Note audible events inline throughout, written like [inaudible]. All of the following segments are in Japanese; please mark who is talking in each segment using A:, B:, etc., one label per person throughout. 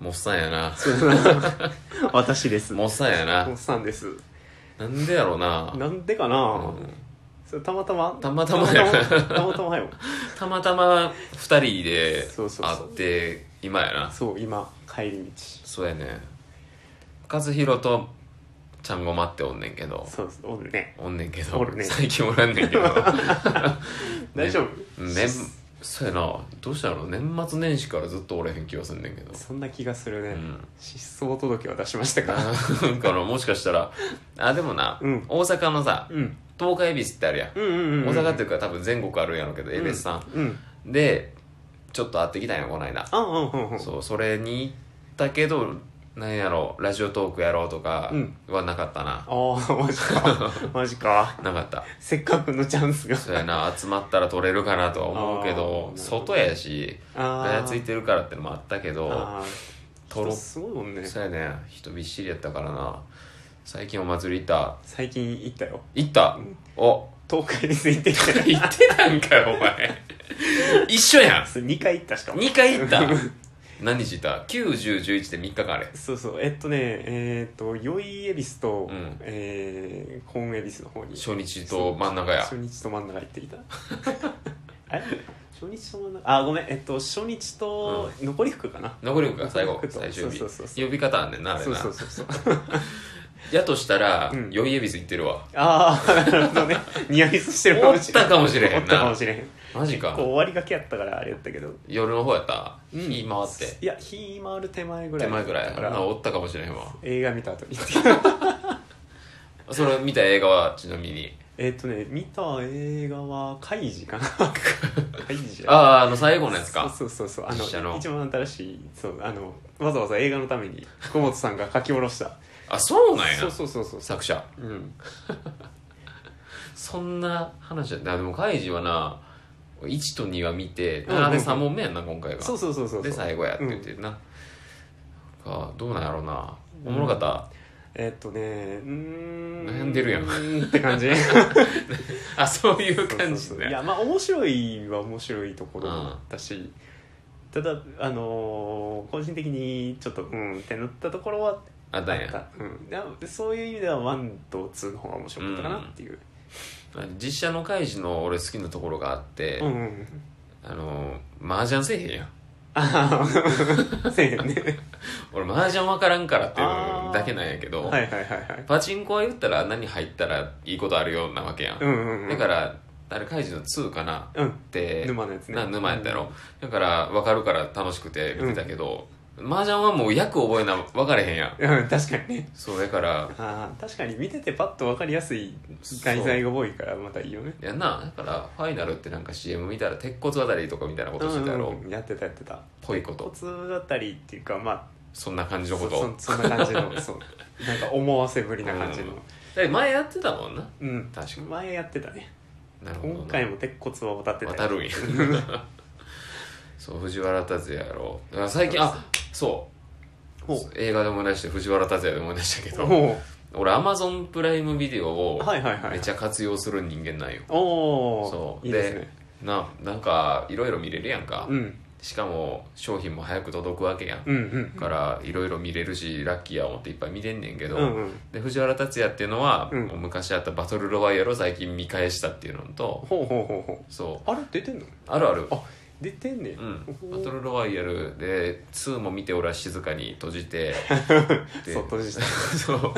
A: もっさんやな
B: そうやな
A: [laughs]
B: 私です
A: もっさんや
B: おっ
A: な
B: さんです
A: なんでやろうな
B: なんでかな、
A: うん
B: それたまたま
A: たまたまや
B: たまたまたまたまよ
A: たまたま2人で
B: そうそう
A: 会
B: そう
A: って今やな
B: そう今帰り
A: そうやね和弘とちゃんごまっておんねんけど
B: 道そうそうおるね
A: おんねんけど
B: おるね
A: 最近おらん
B: [laughs]
A: ねんけど
B: 大丈夫、
A: 年そうやなどうしたの年末年始からずっとおれへん気がすんねんけど
B: そんな気がするね、
A: うん
B: 失踪届は出しましたか
A: なんかのもしかしたらあでもな、
B: うん
A: 大阪のさ
B: うん
A: 東海恵比寿ってあるやん、
B: うんうんうん
A: 大阪っていうか多分全国あるんやろうけど恵比寿さん、
B: うん
A: でちょっと会ってきたんよこの間
B: あうんうんうん
A: そうそれに行ったけどなんやろラジオトークやろうとか
B: うん
A: はなかったな、
B: ああマジか
A: [laughs]
B: マジか
A: なかった
B: せっかくのチャンスが
A: そうやな集まったら取れるかなとは思うけど
B: あー
A: 外やしガ
B: あ
A: ヤついてるからってのもあったけど
B: あ
A: とろ
B: 人すごいもんね
A: そうやね人びっしりやったからな最近お祭り行った
B: 最近行ったよ
A: 行った、
B: うん
A: お [laughs]
B: 東海についてきた [laughs]
A: 行ってたんかよお前一緒やん
B: 2回行ったしかも
A: 2回行った
B: [laughs]
A: 何日行った9011で3日間あれ
B: そうそうえっとねえっと良い恵比寿と、
A: うん
B: えー、本恵比寿の方に
A: 初日と真ん中や
B: 初日と真ん中行っ
A: [laughs]
B: てきたあれ初日と真ん中あごめんえっと初日と残り服かな、
A: 残りが最後
B: 残り服と
A: 最終日
B: そうそうそう
A: 呼び方あんねんなあれ
B: そう
A: な
B: そうそうそう
A: やとしたら
B: うん
A: 酔い恵比寿行ってるわ
B: ああなるほどねニヤミスしてるか
A: お
B: も
A: っ
B: しれん
A: たかもしれへ
B: お
A: ん
B: ったかも
A: な
B: しれへん
A: マジか
B: こう終わりがけやったからあれやったけど
A: 夜の方やった
B: うん
A: 日回って
B: いや日回る手前ぐら
A: 手
B: い
A: 前ぐらい
B: だか
A: な
B: ら
A: おったかもしれへんわ
B: 映画見た後に
A: それ見た映画はちなみに
B: えっとね見た映画は「カイジ」
A: [laughs]
B: かなカイジ
A: あああの最後のやつか
B: そうそうそうそうあ
A: 実写の
B: の一番新しいそうあのわざわざ映画のために久本さんが書き下ろした
A: あそうなんや
B: そうそうそうそう
A: 作者
B: うん
A: そんな話やったでもカイジはな1と2は見て
B: うんうんうん
A: あで3本目やんな今回が
B: そうそうそうそう
A: で最後やって言ってるなかどうなんやろうなおもろかった
B: えっとねうーん
A: 悩んでるやん
B: うーんっ
A: [laughs]
B: て感じ
A: あそういう感じ
B: そうそうそうい
A: ね
B: やまあ面白いは面白いところだったし、ただあのー個人的にちょっとうんってなったところは
A: あったんや
B: うん、でもそういう意味では1と2の方が面白かったかなっていう、
A: 実写のカイジの俺好きなところがあって、
B: うんうん、
A: あの麻雀せえへんやん
B: あ [laughs] あせえへんね
A: 俺麻雀分からんからっていうだけなんやけど、
B: はいはいはいはい
A: パチンコは言ったら何入ったらいいことあるようなわけやん、
B: うんうんうん
A: だからあれカイジの2かな
B: うん
A: って
B: 沼のやつね
A: な沼やったやろ、だから分かるから楽しくて見てたけど、麻雀はもう役覚えな分かれへんやん
B: うん確かにね
A: そうだから
B: ああ確かに見ててパッと分かりやすい題材が多いからまたいいよね
A: やんなだからファイナルってなんか CM 見たら鉄骨渡りとかみたいなことしてたやろ、
B: うんうんうんやってたやってた
A: ぽいこと
B: コツだったりっていうかまあ
A: そんな感じのこ
B: そ
A: と
B: そそんな感
A: [laughs]
B: じのそうなんか思わせぶりな感じの
A: で前やってたもんな
B: うん、
A: 確かに
B: 前やってたね
A: なるほどな
B: 今回も鉄骨は渡ってた
A: 渡
B: よ [laughs]
A: るんやそう藤原竜也やろだから最近あそう
B: ほう
A: 映画で思い出して藤原竜也で思い出したけど
B: ほ
A: 俺アマゾンプライムビデオを
B: うはいはいはい
A: めっちゃ活用する人間なんよ
B: おお
A: そう
B: いいですね
A: ななんかいろいろ見れるやんか、
B: うん
A: しかも商品も早く届くわけやん、
B: うんうん
A: からいろいろ見れるしラッキーや思っていっぱい見れんねんけど、
B: うんうん
A: で藤原竜也っていうのは、
B: うん
A: もう昔あったバトルロワイヤルを最近見返したっていうのと
B: ほうほうほうほ
A: そう
B: うあれ出てんの
A: あるある
B: あ出てんね
A: うん、バ
B: ほう
A: トルロワイヤルで2も見て俺は静かに閉じ
B: [laughs]
A: て
B: そう閉じ
A: [laughs]
B: た
A: そう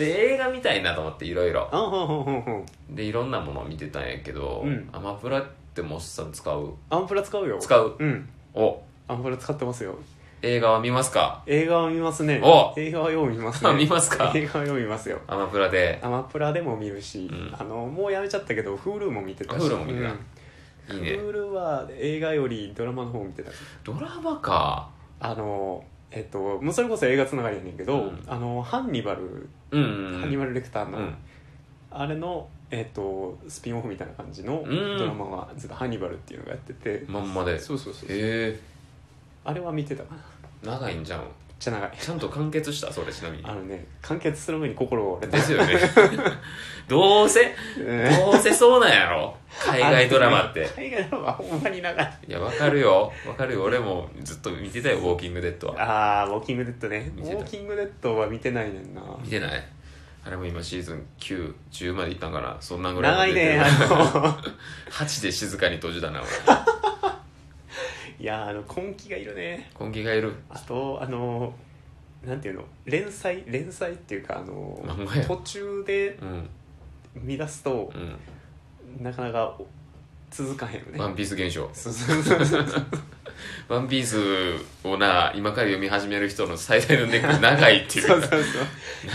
A: で映画見たいなと思っていろいろ
B: あほうほうほうほう
A: でいろんなものを見てたんやけど、
B: うん
A: アマプラってもっさん使う
B: アンプラ使うよ
A: 使う
B: うん
A: お
B: アンプラ使ってますよ
A: 映画は見ますか
B: 映画は見ますね
A: お
B: 映画はよう見ます
A: あ [laughs]
B: ね
A: 見ますか
B: 映画はよう見ますよ
A: アマプラで
B: アマプラでも見るし、
A: うん
B: あのもうやめちゃったけど Hulu も見てたし
A: あ Hulu も見てた
B: う
A: い
B: ん
A: いね
B: Hulu は映画よりドラマの方を見てた
A: ドラマか
B: あのえっともうそれこそ映画つながりやねんけど、
A: うん
B: あのハンニバル、
A: うん
B: ハンニバルレクター
A: うん
B: の、
A: うん
B: あれの、えっとスピンオフみたいな感じの
A: うん
B: ドラマがずっと「ハンニバル」っていうのがやってて、
A: まんまでへ
B: そうそうそう
A: え
B: あれは見てたかな
A: 長いんじゃん
B: っちゃ長い
A: ちゃんと完結したそれちなみに
B: あのね完結する前に心を折れた
A: ですよねどうせ
B: うん
A: どうせそうなんやろ [laughs] 海外ドラマって
B: [laughs] 海外ドラマほんまに長い
A: いやわかるよわかるよ俺もずっと見てたよ「ウォーキングデッドは」
B: ああウォーキングデッドねウ
A: 見てた
B: ォーキングデッドは見てないねんな
A: 見てないあれも今シーズン910までいったんかなそんなんぐらいま
B: 長
A: で
B: い
A: 出て
B: ね
A: る [laughs]
B: あの
A: 8で静かに閉じたな俺
B: いやーあの根気がいるね
A: 根気がいる
B: あとあのなんていうの連載連載っていうかあの
A: 漫画や
B: 途中で
A: うん
B: 見出すと
A: うん
B: なかなかお続かへんよね
A: ワンピース現象
B: そうそうそうそう
A: ワンピースをな今から読み始める人の最大のネッ
B: [laughs]
A: ク長いっていう
B: そうそうそう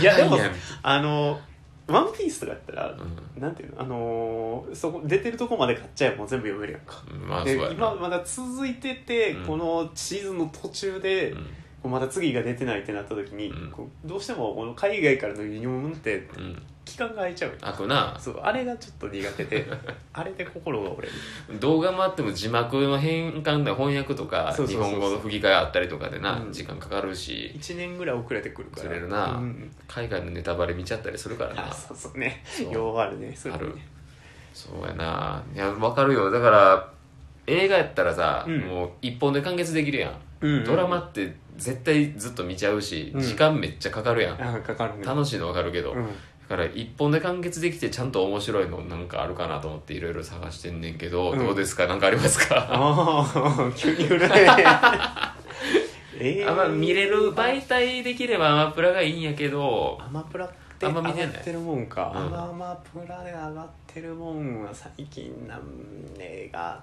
B: いやでも
A: 長ん
B: あの「ワンピースとかやったら、
A: う
B: なんていうのあのーそこ出てるとこまで買っちゃえばもう全部読めるやんか、
A: んまあそう
B: で
A: やな
B: 今まだ続いてて、
A: うん
B: このシーズンの途中で、
A: う
B: こ
A: ん
B: うまた次が出てないってなった時に、
A: うん
B: こうどうしてもこの海外からの輸入物って
A: うん
B: 期間が空いちゃうよ
A: あとな
B: そうあれがちょっと苦手
A: [laughs]
B: であれで心が折れる
A: 動画もあっても字幕の変換で翻訳とか
B: そうそう
A: 日
B: そうそ
A: 本
B: う
A: 語の吹き替えあったりとかでな、
B: うん
A: 時間かかるし
B: 1年ぐらい遅れてくるから
A: ずれるな
B: うん、
A: 海外のネタバレ見ちゃったりするからな
B: あそうそうね
A: そう
B: ようあるねそれ
A: あ
B: ね
A: るそうやないやわかるよだから映画やったらさ、
B: うん
A: もう一本で完結できるやん、
B: うんうん
A: ドラマって絶対ずっと見ちゃうし、
B: うん
A: 時間めっちゃかかるやん、
B: あかかるね
A: 楽しいのわかるけど、
B: う
A: だ
B: ん
A: から一本で完結できてちゃんと面白いのなんかあるかなと思っていろいろ探してんねんけど、
B: うん
A: どうですかなんかありますか
B: ああ、急に振るね。え
A: [laughs] あんま見れる媒体できればアマプラがいいんやけど
B: アマプラって
A: あ
B: 上
A: んま
B: が
A: 見てない
B: ってるもんか。
A: うん
B: アマアマプラで上がってるもんは最近なん映画。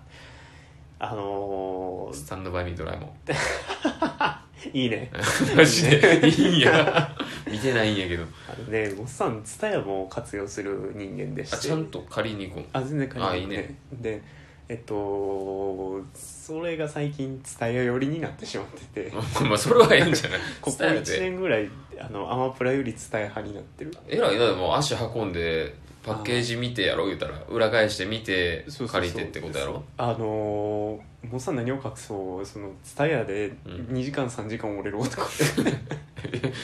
B: あの
A: スタンドバイミードラえもん [laughs]
B: ー、いいね。
A: マジでいいん
B: [laughs]
A: や見てないんやけど
B: あのね、おっさん、ツタヤも活用する人間でし
A: あ
B: て。
A: ちゃんと借りに行こう
B: あ全然関係ない
A: あいいね
B: [laughs] でえっとそれが最近伝え寄りになってしまってて
A: [laughs] まあそれはいいん
B: [laughs]
A: じゃない
B: ここ
A: 伝え
B: 1
A: て
B: 年ぐらいあのアマプラより伝え派になってる
A: えらいなでも足運んでパッケージ見てやろう言うたら裏返して見て
B: そうそうそう
A: 借りてってことやろ
B: あのー、もうさん何を隠そうその蔦屋で
A: うん
B: 2時間3時間折れ
A: [laughs]
B: る男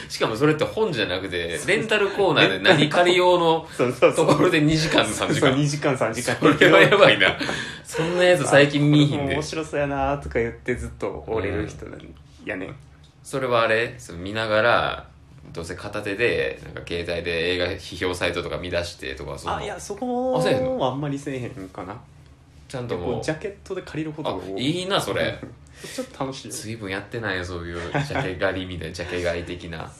A: しかもそれって本じゃなくてレンタルコーナーで何借り用の
B: そうそうそ
A: と
B: う
A: ころで2時間
B: そう
A: 3時
B: そう
A: 間
B: 2時間3時間
A: それはやばいなそんなやつ最近見いひ
B: も
A: ん
B: う
A: で
B: 面白そうやなとか言ってずっと折れる人なんやねん、
A: それはあれその見ながらどうせ片手でなんか携帯で映画批評サイトとか見出してとかその
B: あいやそこ
A: あそうやの
B: はあんまりせえへんかな
A: ちゃんと
B: 結構
A: もう
B: ジャケットで借りることが
A: あ
B: 多
A: いいなそれ
B: ちょっと楽しいよ
A: 随分やってないよそういうジャケ狩りみたいなジャケ買い的な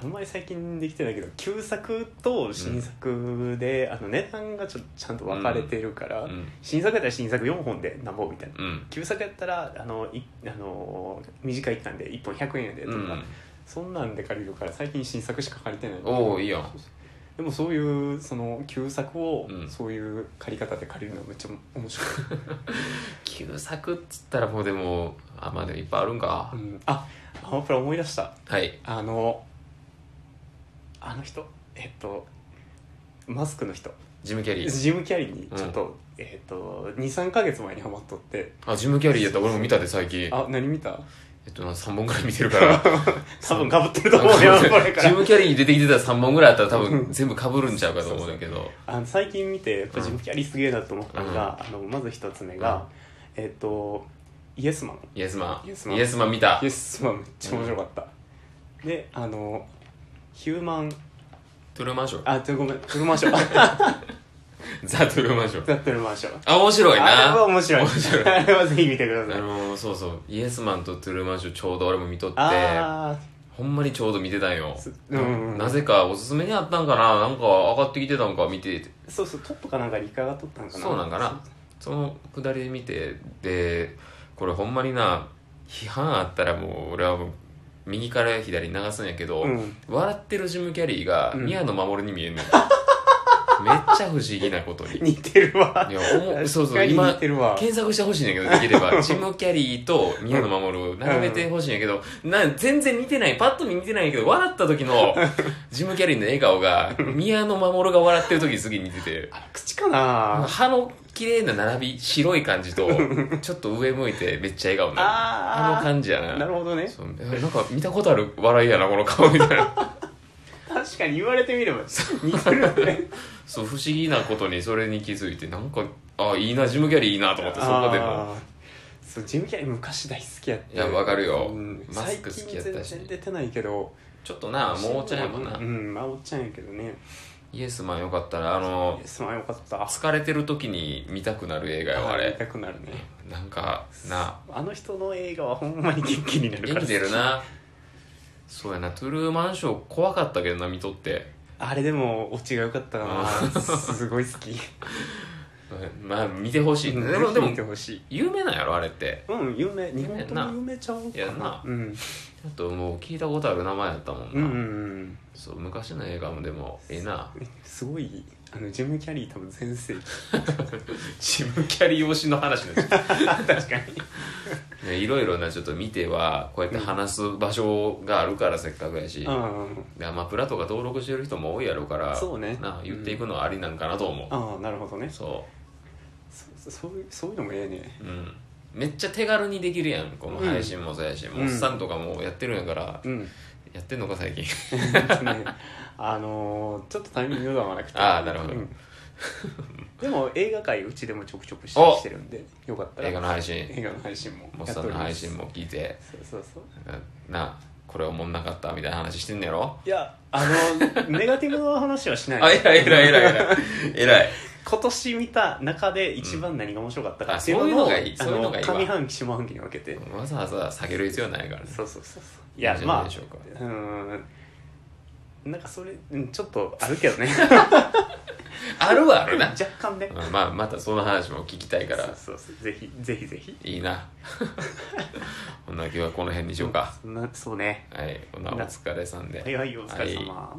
B: あんまり最近できてないけど旧作と新作で、あの値段がちょっとちゃんと分かれてるから、
A: うん
B: 新作やったら新作4本でなんぼみたいな
A: うん
B: 旧作やったらあのいあの短い期間で1本100円やでと
A: う
B: か、
A: ん
B: そんなんで借りるから最近新作しか借りてない
A: おおいいやん
B: でもそういうその旧作を
A: うん
B: そういう借り方で借りるのはめっちゃ面白い、 [laughs]
A: 旧作っつったらもうでもあまあでもいっぱいあるんか、
B: うん、あアマプラ思い出した
A: はい
B: あのあの人えっとマスクの人
A: ジム・キャリー
B: ジム・キャリーにちょっと、えっと23か月前にハマっとって
A: あジム・キャリーやったら俺も見たで最近
B: あ何見た
A: えっとな3本ぐらい見てるから
B: [laughs] 多分かぶってると思うよこれか
A: ジ
B: ら
A: ム・キャリーに出てきてたら3本ぐらいあったら多分全部かぶるんちゃうかと思うんだけど
B: あの最近見てやっぱジム・キャリーすげえなと思ったのが、あのまず一つ目が、えっ、とイエスマン
A: イエスマン
B: イエスマン
A: イエスマン見た
B: イエスマンめっちゃ面白かった、であのヒューマン
A: トゥルーマンション
B: あちょごめんトゥルーマンション
A: ザ・トゥルーマンション
B: ザ・トゥルーマンション
A: あ面白い
B: あれは
A: な
B: 面白い
A: 面白い
B: あれはぜひ見てくだ
A: あ
B: さい
A: のそうそうイエスマンとトゥルーマンションちょうど俺も見とって
B: あ
A: ほんまにちょうど見てたんよ
B: あうん、うん、
A: なぜかおすすめにあったんかななんか上がってきてたんか見てて
B: そうそうトップかなんかにイカが取ったんかな
A: そうなんかなそのくだりで見てでこれほんまにな批判あったらもう俺はもう右から左に流すんやけど、
B: うん
A: 笑ってるジム・キャリーが
B: うん [laughs]
A: 宮野真守に見えんねん、めっちゃ不思議なことに
B: 似てるわ
A: いやおもそうそう
B: 確かに
A: 今
B: 似てるわ
A: 検索してほしいんだけどできれ
B: [laughs]
A: ばジム・キャリーと宮野真守を並べてほしいんやけどな全然似てないパッと見似てないんやけど笑った時のジム・キャリーの笑顔が宮野真守が笑ってる時にすげえ似てて
B: あ口かなあ
A: 歯の綺麗な並び白い感じとちょっと上向いてめっちゃ笑顔になるあの
B: あ
A: 感じやな
B: なるほどね
A: そうえなんか見たことある笑いやなこの顔みたいな [laughs]
B: 確かに言われてみれば似てるよね
A: そう不思議なことにそれに気づいてなんかあいいなジム・キャリーいいなと思ってそこでも
B: あーそうジムキャリー昔大好きやった
A: いやわかるよ
B: うん
A: マスク好きやったし
B: 最近全然出てないけど
A: ちょっとなもうちゃんやもんな、
B: うんまあおっちゃんやけどね
A: イエスマンよかったらあの
B: すまんよかった
A: 疲れてる時に見たくなる映画よあ
B: 見
A: れ
B: たくなるね
A: なんかな
B: あの人の映画はほんまに元気になるか
A: 元
B: ら
A: 気出るなそうやなトゥルーマンショー怖かったけどな見とって
B: あれでもオチが良かったなすごい好き
A: うんまあ見てほしい、
B: うん
A: でもで
B: ぜひ
A: も
B: 見てほしい
A: 有名なんやろあれって
B: うん有名日
A: 有
B: 本
A: 名やな
B: とも有名ちゃう
A: いや
B: か
A: な
B: なうん
A: あともう聞いたことある名前やったもん
B: う
A: な、
B: んうんうん
A: そう昔の映画もでもええな
B: すごいあのジム・キャリー多分全盛期
A: ジム・キャリー推しの話 [laughs] になっちゃった
B: 確か
A: [laughs] ねいろいろなちょっと見てはこうやって話す場所があるからせっかくやし、
B: にうん
A: でアマプラとか登録してる人も多いやろうから
B: そうね
A: な言っていくのはありなんかなと思う、
B: ああなるほどね
A: そ
B: そそういうそういうのもええね
A: う、うん、めっちゃ手軽にできるやんこの
B: うん
A: 配信もそうやし、もうおっさんとかもやってるんやから、
B: うん [laughs]
A: やってんのか最近
B: ねあのーちょっとタイミングが合わなくて
A: ああなるほど
B: うんでも映画界うちでもちょくちょくしたりしてるんでよかったら
A: 映画の配信
B: [laughs] 映画の配信も
A: おっさんの配信
B: も
A: も聞いて
B: そうそうそう
A: ななこれおもんなかったみたいな話してんねやろ
B: いや
A: [laughs]
B: あのネガティブな話はしない
A: あ偉い偉い偉い偉い偉い
B: 今年見た中で一番何が面白かったか
A: うん
B: っていうの
A: あそう
B: を
A: いうのがいい
B: あ
A: そういうのがいいわ
B: 上半期下半期に分けて、
A: わざわざ下げる必要ないからね
B: そうそうそうそうい
A: いいん
B: や
A: じゃな
B: ま
A: い
B: あ
A: でしょうか
B: うーんなんかそれうんちょっとあるけどね
A: ある [laughs] はあ
B: [laughs]
A: るな
B: 若干ね
A: うんまあまたその話も聞きたいから
B: そうそうそうぜひぜひぜひ
A: いいな [laughs] ほんなら今日はこの辺にしようか、
B: そんなそうね
A: はいほなお疲れさんで、
B: はいはいお疲れ様、
A: は